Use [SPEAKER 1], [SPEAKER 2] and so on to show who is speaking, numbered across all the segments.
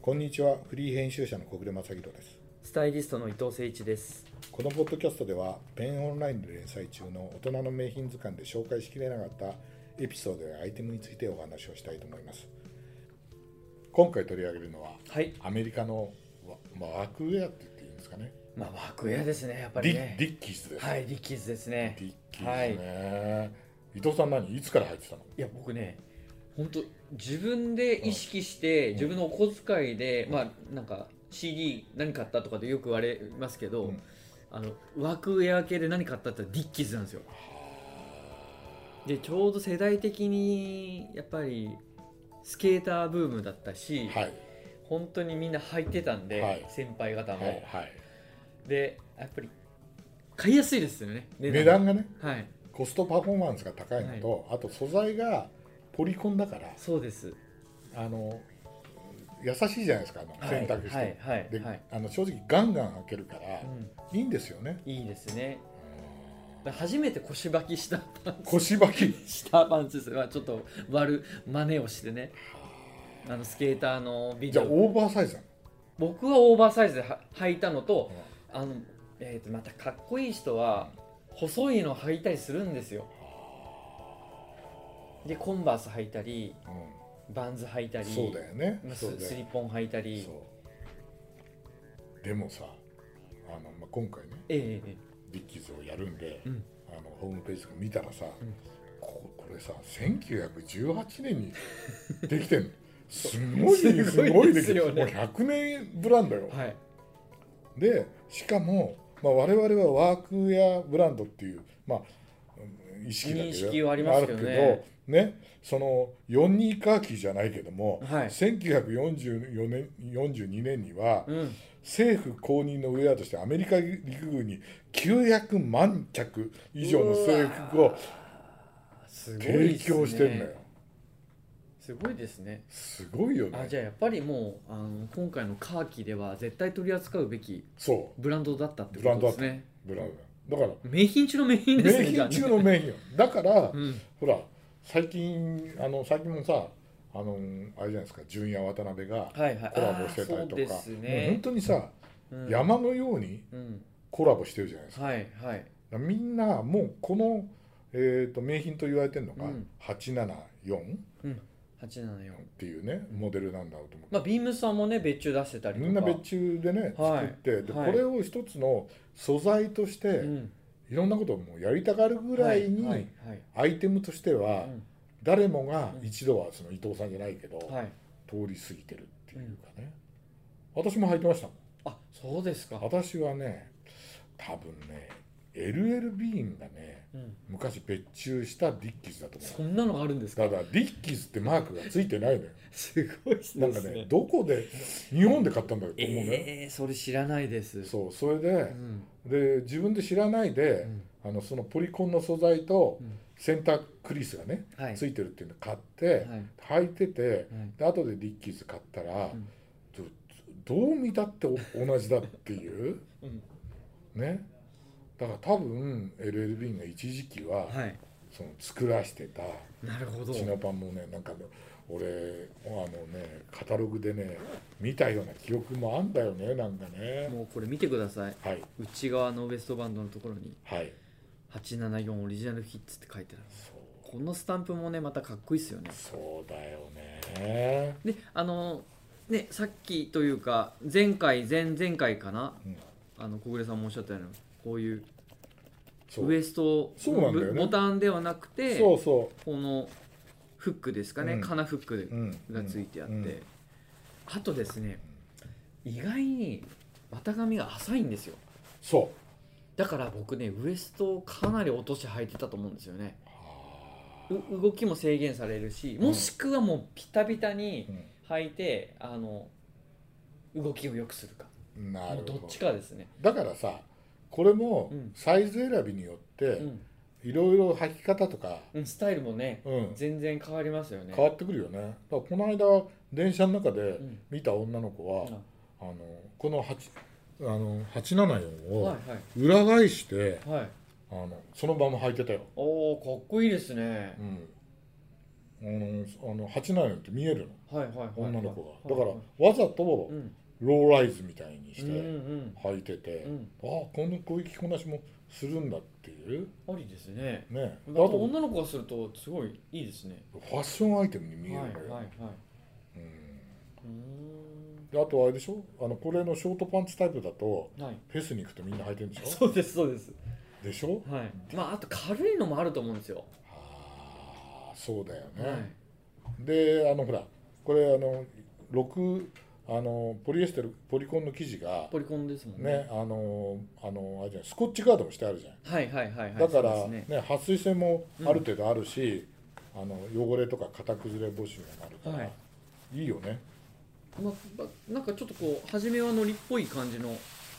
[SPEAKER 1] こんにちはフリー編集者の小暮正弘です
[SPEAKER 2] スタイリストの伊藤誠一です。
[SPEAKER 1] このポッドキャストではペンオンラインで連載中の大人の名品図鑑で紹介しきれなかったエピソードやアイテムについてお話をしたいと思います今回取り上げるのは
[SPEAKER 2] はい。
[SPEAKER 1] アメリカのわまあワークウェアって言っていいんですかね
[SPEAKER 2] まあワークウェアですね、やっぱ
[SPEAKER 1] デ
[SPEAKER 2] り
[SPEAKER 1] ィ
[SPEAKER 2] ね。
[SPEAKER 1] ディッキーズです、
[SPEAKER 2] はい、リッキーズですね。
[SPEAKER 1] ディッキーズ
[SPEAKER 2] はい。
[SPEAKER 1] ね、伊藤さん何いつから入ってたの
[SPEAKER 2] いや僕ね、本当自分で意識して、自分のお小遣いで、まあなんか CD 何買ったとかでよく言われますけど、
[SPEAKER 1] うん
[SPEAKER 2] あのワークウェア系で何買ったってディッキーズなんですよ。でちょうど世代的にやっぱりスケーターブームだったし、
[SPEAKER 1] はい
[SPEAKER 2] 本当にみんな履いてたんで、
[SPEAKER 1] はい
[SPEAKER 2] 先輩方も。
[SPEAKER 1] はいはい
[SPEAKER 2] でやっぱり買いやすいですよね
[SPEAKER 1] 値段がね
[SPEAKER 2] はい
[SPEAKER 1] コストパフォーマンスが高いのと、あと素材がポリコンだから
[SPEAKER 2] そうです
[SPEAKER 1] あの優しいじゃないですかあの洗濯して、
[SPEAKER 2] はいはいは
[SPEAKER 1] で、
[SPEAKER 2] い、はい
[SPEAKER 1] あの正直ガンガン履けるから、
[SPEAKER 2] うん、
[SPEAKER 1] いいんですよね
[SPEAKER 2] いいですね初めて腰履きしたパン ツ
[SPEAKER 1] 腰履き
[SPEAKER 2] したパンツですまあちょっと割る真似をしてねあのスケーターの
[SPEAKER 1] じ
[SPEAKER 2] ビデ
[SPEAKER 1] ゃあ
[SPEAKER 2] オ
[SPEAKER 1] オーバーサイズなの
[SPEAKER 2] 僕はオーバーサイズでは履いたのとあの、えー、とまたかっこいい人は細いの履いたりするんですよでコンバース履いたり
[SPEAKER 1] う
[SPEAKER 2] バンズ履いた
[SPEAKER 1] ん
[SPEAKER 2] り
[SPEAKER 1] そうだよね
[SPEAKER 2] まあ
[SPEAKER 1] そう
[SPEAKER 2] ス
[SPEAKER 1] だ
[SPEAKER 2] ス
[SPEAKER 1] よ
[SPEAKER 2] リッポン履いたり
[SPEAKER 1] そうでもさあの、まあ、今回ね
[SPEAKER 2] えええええ
[SPEAKER 1] ディッキーズをやるんで、
[SPEAKER 2] えうん
[SPEAKER 1] あのホームページとか見たらさ、
[SPEAKER 2] うん
[SPEAKER 1] ここれさ1918年にできて んのすごいすごいです
[SPEAKER 2] すご
[SPEAKER 1] よ
[SPEAKER 2] いですよね
[SPEAKER 1] もう100年ブランドよ、
[SPEAKER 2] はい、
[SPEAKER 1] でしかも、まあ、我々はワークウェアブランドっていう、まあ、うん意識だけど
[SPEAKER 2] 認識はありますけどね
[SPEAKER 1] あるけどねその42カーキーじゃないけども、
[SPEAKER 2] はい
[SPEAKER 1] 1944年42年には
[SPEAKER 2] うん、
[SPEAKER 1] 政府公認のウェアとしてアメリカ陸軍に900万着以上の制服を
[SPEAKER 2] すごい
[SPEAKER 1] 提
[SPEAKER 2] ですね
[SPEAKER 1] 供してるのよ。
[SPEAKER 2] すごいですね
[SPEAKER 1] すごいよ
[SPEAKER 2] あ
[SPEAKER 1] ね
[SPEAKER 2] じゃあやっぱりもうあの今回のカーキでは絶対取り扱うべき
[SPEAKER 1] そ
[SPEAKER 2] ブランドだったってことですね
[SPEAKER 1] うブランドだか
[SPEAKER 2] 名品中の名品
[SPEAKER 1] ら
[SPEAKER 2] ですね
[SPEAKER 1] 名品中
[SPEAKER 2] じゃ
[SPEAKER 1] の名品よだから、
[SPEAKER 2] あねうん
[SPEAKER 1] ほら最近あの最近もさあのあれじゃないですか純也渡辺が
[SPEAKER 2] はいはい
[SPEAKER 1] コラボしてたりと
[SPEAKER 2] あーそうで
[SPEAKER 1] か、
[SPEAKER 2] す
[SPEAKER 1] もう本
[SPEAKER 2] ね、
[SPEAKER 1] 当にさ、
[SPEAKER 2] うん、
[SPEAKER 1] 山のように
[SPEAKER 2] うん
[SPEAKER 1] コラボしてるじゃないですか。
[SPEAKER 2] はいはい
[SPEAKER 1] みんなもうこのえー、と名品と言われてるのが
[SPEAKER 2] うん
[SPEAKER 1] 874っ
[SPEAKER 2] 874
[SPEAKER 1] ていうねモデルなんだろうと思って、
[SPEAKER 2] まあビームさんもね別注出してたりとか
[SPEAKER 1] みんな別注でね作
[SPEAKER 2] はい
[SPEAKER 1] って、で
[SPEAKER 2] は
[SPEAKER 1] こ
[SPEAKER 2] い
[SPEAKER 1] れを一つの素材として、
[SPEAKER 2] うん
[SPEAKER 1] いろんなことをもうやりたがるぐらいに、
[SPEAKER 2] はいはい
[SPEAKER 1] アイテムとしては、
[SPEAKER 2] うん
[SPEAKER 1] 誰もが一度はその伊藤さんじゃないけど、
[SPEAKER 2] はい
[SPEAKER 1] 通り過ぎてるっていうかね、私も履いてましたもん
[SPEAKER 2] あそうですか、
[SPEAKER 1] 私はね多分ね LL ビーンがね
[SPEAKER 2] うん、
[SPEAKER 1] 昔別注したディッキーズだと
[SPEAKER 2] そんなのがあるんですか
[SPEAKER 1] 思うただディッキーズってマークがついてないのよ
[SPEAKER 2] すごいです
[SPEAKER 1] なんかねどこで日本で買ったんだろうと思うね、
[SPEAKER 2] えー、それ知らないです。
[SPEAKER 1] そうそれ
[SPEAKER 2] う
[SPEAKER 1] で
[SPEAKER 2] ん
[SPEAKER 1] で自分で知らないで、あのそのポリコンの素材と
[SPEAKER 2] うん
[SPEAKER 1] センタークリスがね、
[SPEAKER 2] はい。
[SPEAKER 1] ついてるっていうの買って、
[SPEAKER 2] は
[SPEAKER 1] 履
[SPEAKER 2] い
[SPEAKER 1] いてて
[SPEAKER 2] はい
[SPEAKER 1] で後でディッキーズ買ったら、
[SPEAKER 2] うん
[SPEAKER 1] どどう見たってお同じだって いう
[SPEAKER 2] うん
[SPEAKER 1] ねだから多分 LLB が一時期は、
[SPEAKER 2] はい。
[SPEAKER 1] その作らしてた
[SPEAKER 2] なるほど。
[SPEAKER 1] チノパンもねなんかね俺あのねカタログでね見たような記憶もあんだよねなんかね
[SPEAKER 2] もうこれ見てください。
[SPEAKER 1] はい
[SPEAKER 2] 内側のウエストバンドのところに
[SPEAKER 1] はい
[SPEAKER 2] 874オリジナルヒッツって書いてある。
[SPEAKER 1] そう
[SPEAKER 2] このスタンプもねまたかっこいいですよね。
[SPEAKER 1] そうだよね
[SPEAKER 2] であのねさっきというか前回前々回かな、
[SPEAKER 1] うん
[SPEAKER 2] あの小暮さんもおっしゃったようなこういう
[SPEAKER 1] そう
[SPEAKER 2] ウエスト
[SPEAKER 1] そうなんだよね
[SPEAKER 2] ボタンではなくて
[SPEAKER 1] そうそ
[SPEAKER 2] このフックですかね、
[SPEAKER 1] うん
[SPEAKER 2] 金フックで
[SPEAKER 1] う、うん、
[SPEAKER 2] がついてあって、
[SPEAKER 1] うん
[SPEAKER 2] あとですね意外に股上が浅いんですよ
[SPEAKER 1] そう
[SPEAKER 2] だから僕ねウエストをかなり落として履いてたと思うんですよね
[SPEAKER 1] あ
[SPEAKER 2] う動きも制限されるしもしくはもうピタピタに
[SPEAKER 1] ー
[SPEAKER 2] 履いてあの動きを良くするか
[SPEAKER 1] うんなる
[SPEAKER 2] も
[SPEAKER 1] ほ
[SPEAKER 2] う
[SPEAKER 1] ど
[SPEAKER 2] どっちかですね、
[SPEAKER 1] だからさこれも
[SPEAKER 2] うん
[SPEAKER 1] サイズ選びによって
[SPEAKER 2] うん
[SPEAKER 1] いろいろ履き方とか、
[SPEAKER 2] うん、スタイルもね
[SPEAKER 1] うん、
[SPEAKER 2] 全然変わりますよね
[SPEAKER 1] 変わってくるよねだからこの間電車の中で
[SPEAKER 2] うん
[SPEAKER 1] 見た女の子は、
[SPEAKER 2] うん
[SPEAKER 1] あのこの8あの874
[SPEAKER 2] は
[SPEAKER 1] を
[SPEAKER 2] いはい
[SPEAKER 1] 裏返して
[SPEAKER 2] はい
[SPEAKER 1] あのそのまま履いてたよ、
[SPEAKER 2] おおかっこいいですね
[SPEAKER 1] うんあのあの鉢なのって見える
[SPEAKER 2] はいはいはい
[SPEAKER 1] の女の子がだ
[SPEAKER 2] はい
[SPEAKER 1] か
[SPEAKER 2] はい
[SPEAKER 1] らわざと
[SPEAKER 2] うん
[SPEAKER 1] ローライズみたいにし
[SPEAKER 2] うん
[SPEAKER 1] て履いてて、
[SPEAKER 2] うん
[SPEAKER 1] ああこのこういう着こなしもするんだっていう
[SPEAKER 2] うんありですね
[SPEAKER 1] ねあ
[SPEAKER 2] なんか
[SPEAKER 1] と
[SPEAKER 2] 女の子がするとすごいいいですね
[SPEAKER 1] ファッションアイテムに見える
[SPEAKER 2] はい
[SPEAKER 1] んだよ、
[SPEAKER 2] はいはい
[SPEAKER 1] うん
[SPEAKER 2] うーん
[SPEAKER 1] であとはあれでしょあのこれのショートパンツタイプだと
[SPEAKER 2] はい
[SPEAKER 1] フェスに行くとみんな履いてるんでしょ
[SPEAKER 2] そうですそうです
[SPEAKER 1] でしょ
[SPEAKER 2] はいまああと軽いのもあると思うんですよ
[SPEAKER 1] ああそうだよね、
[SPEAKER 2] はい
[SPEAKER 1] であのほらこれあの6あのポリエステルポリコンの生地が
[SPEAKER 2] ポリコンですもんね
[SPEAKER 1] ねあのあのあれじゃないスコッチガードもしてあるじゃん
[SPEAKER 2] はいはいはいはい
[SPEAKER 1] だか
[SPEAKER 2] そ
[SPEAKER 1] ら、
[SPEAKER 2] うで
[SPEAKER 1] ね
[SPEAKER 2] す
[SPEAKER 1] 撥水性もある程度あるし、あの汚れとか型崩れ防止にもなるから、、
[SPEAKER 2] はい
[SPEAKER 1] いよね
[SPEAKER 2] まあばなんかちょっとこう初めはノリっぽい感じの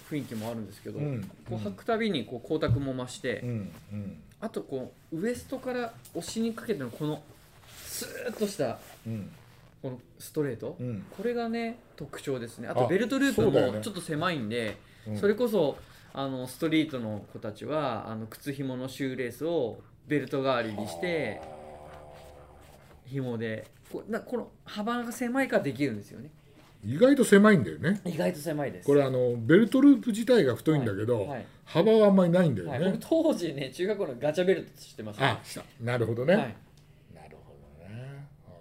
[SPEAKER 2] 雰囲気もあるんですけど、
[SPEAKER 1] うん
[SPEAKER 2] こう履くたびにこう光沢も増して、
[SPEAKER 1] うんうん
[SPEAKER 2] あとこうウエストからお尻にかけてのこのスーッとした
[SPEAKER 1] うん
[SPEAKER 2] このストレート、
[SPEAKER 1] うん
[SPEAKER 2] これがね特徴ですねあ
[SPEAKER 1] あ
[SPEAKER 2] とベルトループ
[SPEAKER 1] そうだよね
[SPEAKER 2] もちょっと狭いんで
[SPEAKER 1] う
[SPEAKER 2] そ,、
[SPEAKER 1] ん
[SPEAKER 2] れこそあのストリートの子たちはあの靴ひものシューレースをベルト代わりにして紐でこうなこの幅が狭いからできるんですよね
[SPEAKER 1] 意外と狭いんだよね
[SPEAKER 2] 意外と狭いです
[SPEAKER 1] これあのベルトループ自体が太いんだけど、
[SPEAKER 2] はいはい
[SPEAKER 1] 幅はあんまりないんだよ
[SPEAKER 2] は
[SPEAKER 1] ね、
[SPEAKER 2] い、僕当時ね中学校のガチャベルトしてました
[SPEAKER 1] あしたなるほどね、
[SPEAKER 2] はい
[SPEAKER 1] なるほどねあ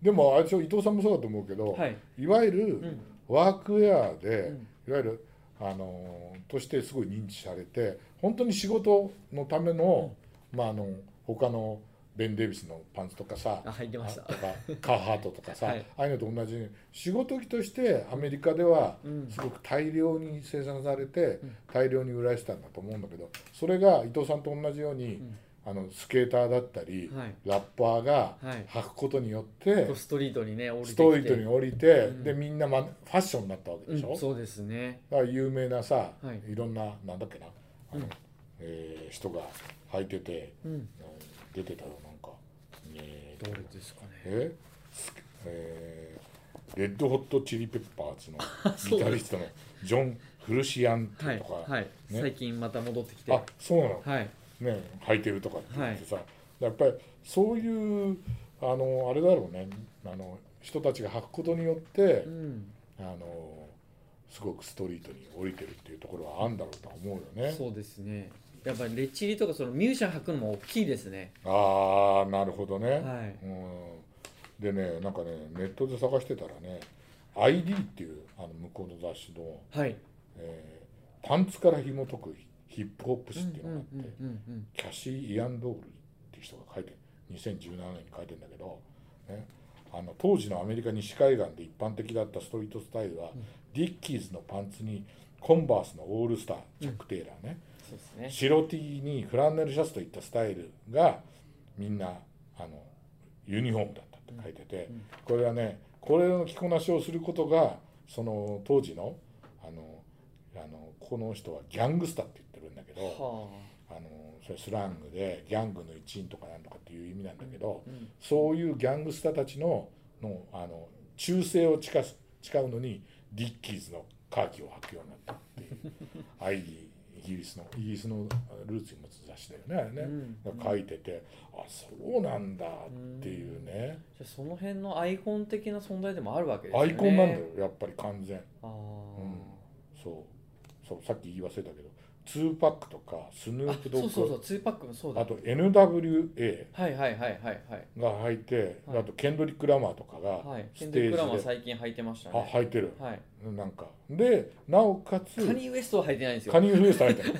[SPEAKER 1] ーでもあれでしょ伊藤さんもそうだと思うけど、
[SPEAKER 2] はい
[SPEAKER 1] わゆる、
[SPEAKER 2] ん
[SPEAKER 1] ワークウェアで、
[SPEAKER 2] う
[SPEAKER 1] い
[SPEAKER 2] ん
[SPEAKER 1] わゆるあのーとしてすごい認知されて本当に仕事のための、まああの他のベン・デイビスのパンツとかさ
[SPEAKER 2] あ履いてました
[SPEAKER 1] あとかカーハートとかさ、
[SPEAKER 2] はい
[SPEAKER 1] ああいうのと同じに仕事着としてアメリカでは
[SPEAKER 2] うん
[SPEAKER 1] すごく大量に生産されて、
[SPEAKER 2] うん
[SPEAKER 1] 大量に売られてたんだと思うんだけどそれが伊藤さんと同じように、
[SPEAKER 2] ん
[SPEAKER 1] あのスケーターだったり、
[SPEAKER 2] はい
[SPEAKER 1] ラッパーが
[SPEAKER 2] はい
[SPEAKER 1] 履くことによって、
[SPEAKER 2] こうストリートにね降りてき
[SPEAKER 1] ス
[SPEAKER 2] て
[SPEAKER 1] トリートに降りて、
[SPEAKER 2] うん
[SPEAKER 1] でみんな、ま、ファッションになったわけでしょ、
[SPEAKER 2] うん、そうですね
[SPEAKER 1] だから有名なさ、、
[SPEAKER 2] はいい
[SPEAKER 1] ろんななんだっけなあの、
[SPEAKER 2] うん
[SPEAKER 1] えー人が履いてて、
[SPEAKER 2] うん
[SPEAKER 1] うん出てたよなんか、えー
[SPEAKER 2] どれですかね
[SPEAKER 1] えすえーレッドホットチリペッパーズの
[SPEAKER 2] そ
[SPEAKER 1] ギ
[SPEAKER 2] うだ
[SPEAKER 1] タリストのジョン・フルシアンテ
[SPEAKER 2] はい
[SPEAKER 1] とか、
[SPEAKER 2] はい、
[SPEAKER 1] ね
[SPEAKER 2] 最近また戻ってきて
[SPEAKER 1] あそうなの、
[SPEAKER 2] はい
[SPEAKER 1] ね、履いてるとかって言ってさ、やっぱりそういうあのあれだろうねあの人たちが履くことによって、
[SPEAKER 2] うん
[SPEAKER 1] あのすごくストリートに降りてるっていうところはあんだろうとは思うよね。
[SPEAKER 2] そうですねやっぱりレッチリとかそのミュージシャン履くのも大きいですね
[SPEAKER 1] ああなるほどね。
[SPEAKER 2] はい
[SPEAKER 1] うんでねなんかねネットで探してたらね ID っていうあの向こうの雑誌の、
[SPEAKER 2] はい
[SPEAKER 1] えーパンツから紐解くヒップホップ
[SPEAKER 2] う
[SPEAKER 1] 誌
[SPEAKER 2] ん
[SPEAKER 1] っ
[SPEAKER 2] うん
[SPEAKER 1] ていうのがあって、
[SPEAKER 2] うんうん
[SPEAKER 1] キャシー・イアン・ドールっていう人が書いてる2017年に書いてんだけど、ね、あの当時のアメリカ西海岸で一般的だったストリートスタイルは、ディッキーズのパンツにコンバースのオールスターチャック・テイラーね、
[SPEAKER 2] そうですね
[SPEAKER 1] 白 T にフランネルシャツといったスタイルがみんなあのユニフォームだったって書いてて、
[SPEAKER 2] うんうん
[SPEAKER 1] これはねこれの着こなしをすることがその当時のあのあのこの人はギャングスターって言ってるんだけど。
[SPEAKER 2] は
[SPEAKER 1] あのそれスラングでギャングの一員とかなんとかっていう意味なんだけど、
[SPEAKER 2] あ、うん、
[SPEAKER 1] そういうギャングスターたちののあの忠誠を誓す誓うのにディッキーズのカーキを履くようになったっていうアイギーイギリスのイギリスのルーツに持つ雑誌だよねあれね、
[SPEAKER 2] うん
[SPEAKER 1] が書いててあそうなんだっていうね、
[SPEAKER 2] じゃあその辺のアイコン的な存在でもあるわけですよ
[SPEAKER 1] ア
[SPEAKER 2] ね
[SPEAKER 1] イコンなんだよやっぱり完全、
[SPEAKER 2] あー、
[SPEAKER 1] うん、そうそうさっき言い忘れたけどツーパックとかスヌ
[SPEAKER 2] あ
[SPEAKER 1] ープド
[SPEAKER 2] そ
[SPEAKER 1] ッ
[SPEAKER 2] うそうそ
[SPEAKER 1] グ
[SPEAKER 2] うツーパックもそうだ
[SPEAKER 1] あと NWA
[SPEAKER 2] はいはいはいはいはい
[SPEAKER 1] が履いて、
[SPEAKER 2] はい
[SPEAKER 1] あとケンドリック・ラマーとか
[SPEAKER 2] は
[SPEAKER 1] が
[SPEAKER 2] いケ
[SPEAKER 1] ス
[SPEAKER 2] ン
[SPEAKER 1] テ
[SPEAKER 2] ド
[SPEAKER 1] ージ
[SPEAKER 2] リッ
[SPEAKER 1] で、
[SPEAKER 2] ク・ラマー最近履いてました
[SPEAKER 1] あ
[SPEAKER 2] ね
[SPEAKER 1] 履いてる、
[SPEAKER 2] はい
[SPEAKER 1] なんかでなおかつ
[SPEAKER 2] カニウエストは履いてないんですよ
[SPEAKER 1] カニウエスト履いてる、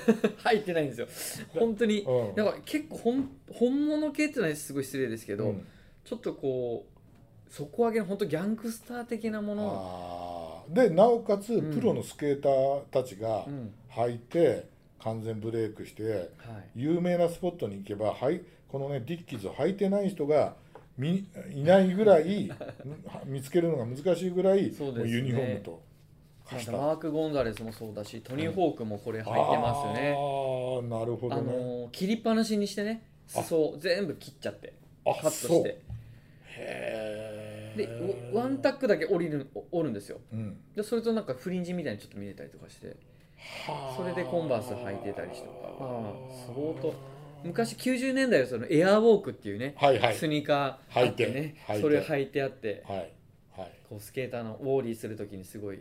[SPEAKER 2] 入ってないん ですよ本当に
[SPEAKER 1] うん
[SPEAKER 2] だから結構本本物系ってのはすごい失礼ですけど、
[SPEAKER 1] うん
[SPEAKER 2] ちょっとこう底上げの本当ギャングスター的なもの
[SPEAKER 1] あーでなおかつ
[SPEAKER 2] うん
[SPEAKER 1] プロのスケーターたちが
[SPEAKER 2] うん
[SPEAKER 1] 履いて完全ブレイクして
[SPEAKER 2] はい
[SPEAKER 1] 有名なスポットに行けばはいこのねディッキーズを履いてない人がみいないぐら い見つけるのが難しいぐらい
[SPEAKER 2] そうで
[SPEAKER 1] も
[SPEAKER 2] すね
[SPEAKER 1] うユニフォームと化した。
[SPEAKER 2] なんかマーク・ゴンザレスもそうだしトニー・ホークもこれ履いてますよね、
[SPEAKER 1] ああなるほ
[SPEAKER 2] あ
[SPEAKER 1] どね。
[SPEAKER 2] のー切りっぱなしにしてね裾を全部切っちゃって
[SPEAKER 1] あ
[SPEAKER 2] カット
[SPEAKER 1] そ
[SPEAKER 2] し
[SPEAKER 1] う
[SPEAKER 2] て
[SPEAKER 1] へ
[SPEAKER 2] で
[SPEAKER 1] ー
[SPEAKER 2] ワワンタックだけ折りる折るんですよ
[SPEAKER 1] うん、
[SPEAKER 2] でそれとなんかフリンジみたいにちょっと見えたりとかしてそれでコンバース履いてたりしとかまあ相当昔90年代はそのエアウォークっていうね、
[SPEAKER 1] はいはい
[SPEAKER 2] スニーカーあってね
[SPEAKER 1] 履いて履いて
[SPEAKER 2] それ履いてあって
[SPEAKER 1] はいはい
[SPEAKER 2] こうスケーターのウォーリーするときにすごい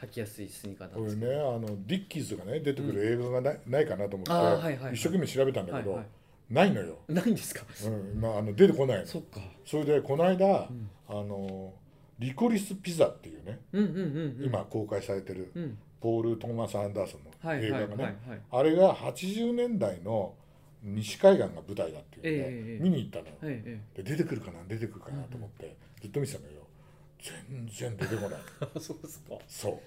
[SPEAKER 2] 履きやすいスニーカーな
[SPEAKER 1] こ
[SPEAKER 2] んで
[SPEAKER 1] れ
[SPEAKER 2] すけ
[SPEAKER 1] ね
[SPEAKER 2] ど、
[SPEAKER 1] あのディッキーズがね出てくる映画がない,、ないかなと思って、
[SPEAKER 2] あーはいはいはい
[SPEAKER 1] 一生懸命調べたんだけど、
[SPEAKER 2] はいはい
[SPEAKER 1] ないのよ、
[SPEAKER 2] ないんですか、
[SPEAKER 1] うんまあ、あの出てこないの
[SPEAKER 2] そっか
[SPEAKER 1] それでこの間、あのリコリスピザっていうね
[SPEAKER 2] うんうんうんうん
[SPEAKER 1] 今公開されてる
[SPEAKER 2] うん
[SPEAKER 1] ポール・トーマス・アンダーソン
[SPEAKER 2] は
[SPEAKER 1] の
[SPEAKER 2] い
[SPEAKER 1] 映
[SPEAKER 2] は
[SPEAKER 1] 画
[SPEAKER 2] いは
[SPEAKER 1] が
[SPEAKER 2] い
[SPEAKER 1] ね、
[SPEAKER 2] はい
[SPEAKER 1] あれが80年代の西海岸が舞台だっていうので、
[SPEAKER 2] ええええ
[SPEAKER 1] 見に行ったのよ、
[SPEAKER 2] は いえ
[SPEAKER 1] で出てくるかな出てくるかなと思ってずっと見てたんだけど全然出てこない
[SPEAKER 2] えそうっすか
[SPEAKER 1] そう
[SPEAKER 2] あ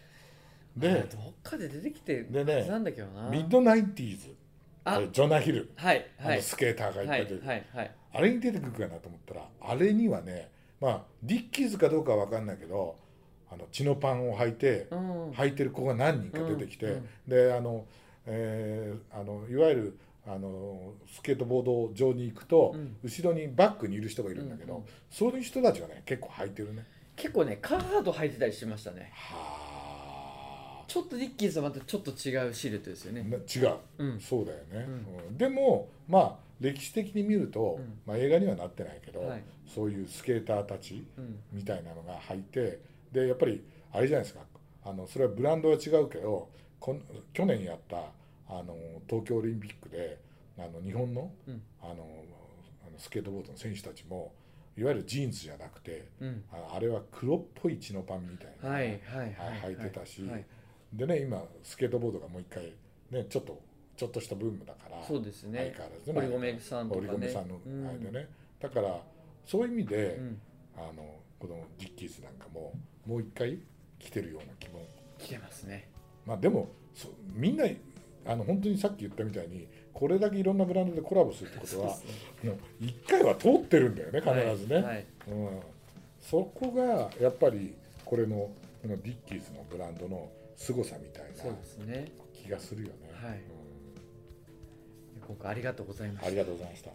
[SPEAKER 2] れ
[SPEAKER 1] で
[SPEAKER 2] どっかで出てきてる
[SPEAKER 1] でね
[SPEAKER 2] はずなんだけどな
[SPEAKER 1] ミッドナインティーズ
[SPEAKER 2] あ
[SPEAKER 1] ジョナ・ヒル、
[SPEAKER 2] はいは
[SPEAKER 1] あ
[SPEAKER 2] い
[SPEAKER 1] のスケーターがいっ
[SPEAKER 2] は
[SPEAKER 1] ぱ
[SPEAKER 2] い
[SPEAKER 1] い出てる、
[SPEAKER 2] はいはい
[SPEAKER 1] あれに出てくるかなと思ったらあれにはねまあディッキーズかどうかは分かんないけどあの血のパンを履いて
[SPEAKER 2] うん
[SPEAKER 1] 履いてる子が何人か出てきて、
[SPEAKER 2] うん
[SPEAKER 1] であの,、えーあのいわゆるあのスケートボード上に行くと、
[SPEAKER 2] うん
[SPEAKER 1] 後ろにバックにいる人がいるんだけど、
[SPEAKER 2] うんうん
[SPEAKER 1] そういう人たちがね結構履いてるね。
[SPEAKER 2] 結構ねカーハート履いてたりしましたね
[SPEAKER 1] は
[SPEAKER 2] ちょっとディッキーズとまたちょっと違うシルエットですよ
[SPEAKER 1] あ
[SPEAKER 2] ね
[SPEAKER 1] な違う
[SPEAKER 2] うん
[SPEAKER 1] そうだよね、
[SPEAKER 2] うん
[SPEAKER 1] うんでもまあ歴史的に見ると、
[SPEAKER 2] うん
[SPEAKER 1] まあ、映画にはなってないけど、
[SPEAKER 2] はい
[SPEAKER 1] そういうスケーターたち
[SPEAKER 2] うん
[SPEAKER 1] みたいなのが入ってでやっぱりあれじゃないですかあのそれはブランドは違うけどこん去年やったあの東京オリンピックであの日本の,、
[SPEAKER 2] うん
[SPEAKER 1] あのあのスケートボードの選手たちもいわゆるジーンズじゃなくて
[SPEAKER 2] うん
[SPEAKER 1] ああれは黒っぽい血のパンみたいな、
[SPEAKER 2] はいはいはい
[SPEAKER 1] はい履いてたし
[SPEAKER 2] はい
[SPEAKER 1] でね今スケートボードがもう一回、ね、ちょっとちょっとしたブームだから
[SPEAKER 2] そうですね
[SPEAKER 1] 相変わらずね
[SPEAKER 2] 堀米さんとかね
[SPEAKER 1] 堀米さんの
[SPEAKER 2] うん
[SPEAKER 1] 間ね、だからそういう意味で、
[SPEAKER 2] うん
[SPEAKER 1] あのこのディッキーズなんかももう一回来てるような気も
[SPEAKER 2] 来てますね
[SPEAKER 1] まあでもそみんなあの本当にさっき言ったみたいにこれだけいろんなブランドでコラボするってことは
[SPEAKER 2] そうですね
[SPEAKER 1] もう一回は通ってるんだよね必ずね、
[SPEAKER 2] はいはい
[SPEAKER 1] うん、そこがやっぱりこれのこのディッキーズのブランドの凄さみたい
[SPEAKER 2] そう
[SPEAKER 1] な
[SPEAKER 2] ですね
[SPEAKER 1] 気がするよね、
[SPEAKER 2] はい
[SPEAKER 1] うん
[SPEAKER 2] 今回ありがとうございました
[SPEAKER 1] ありがとうございました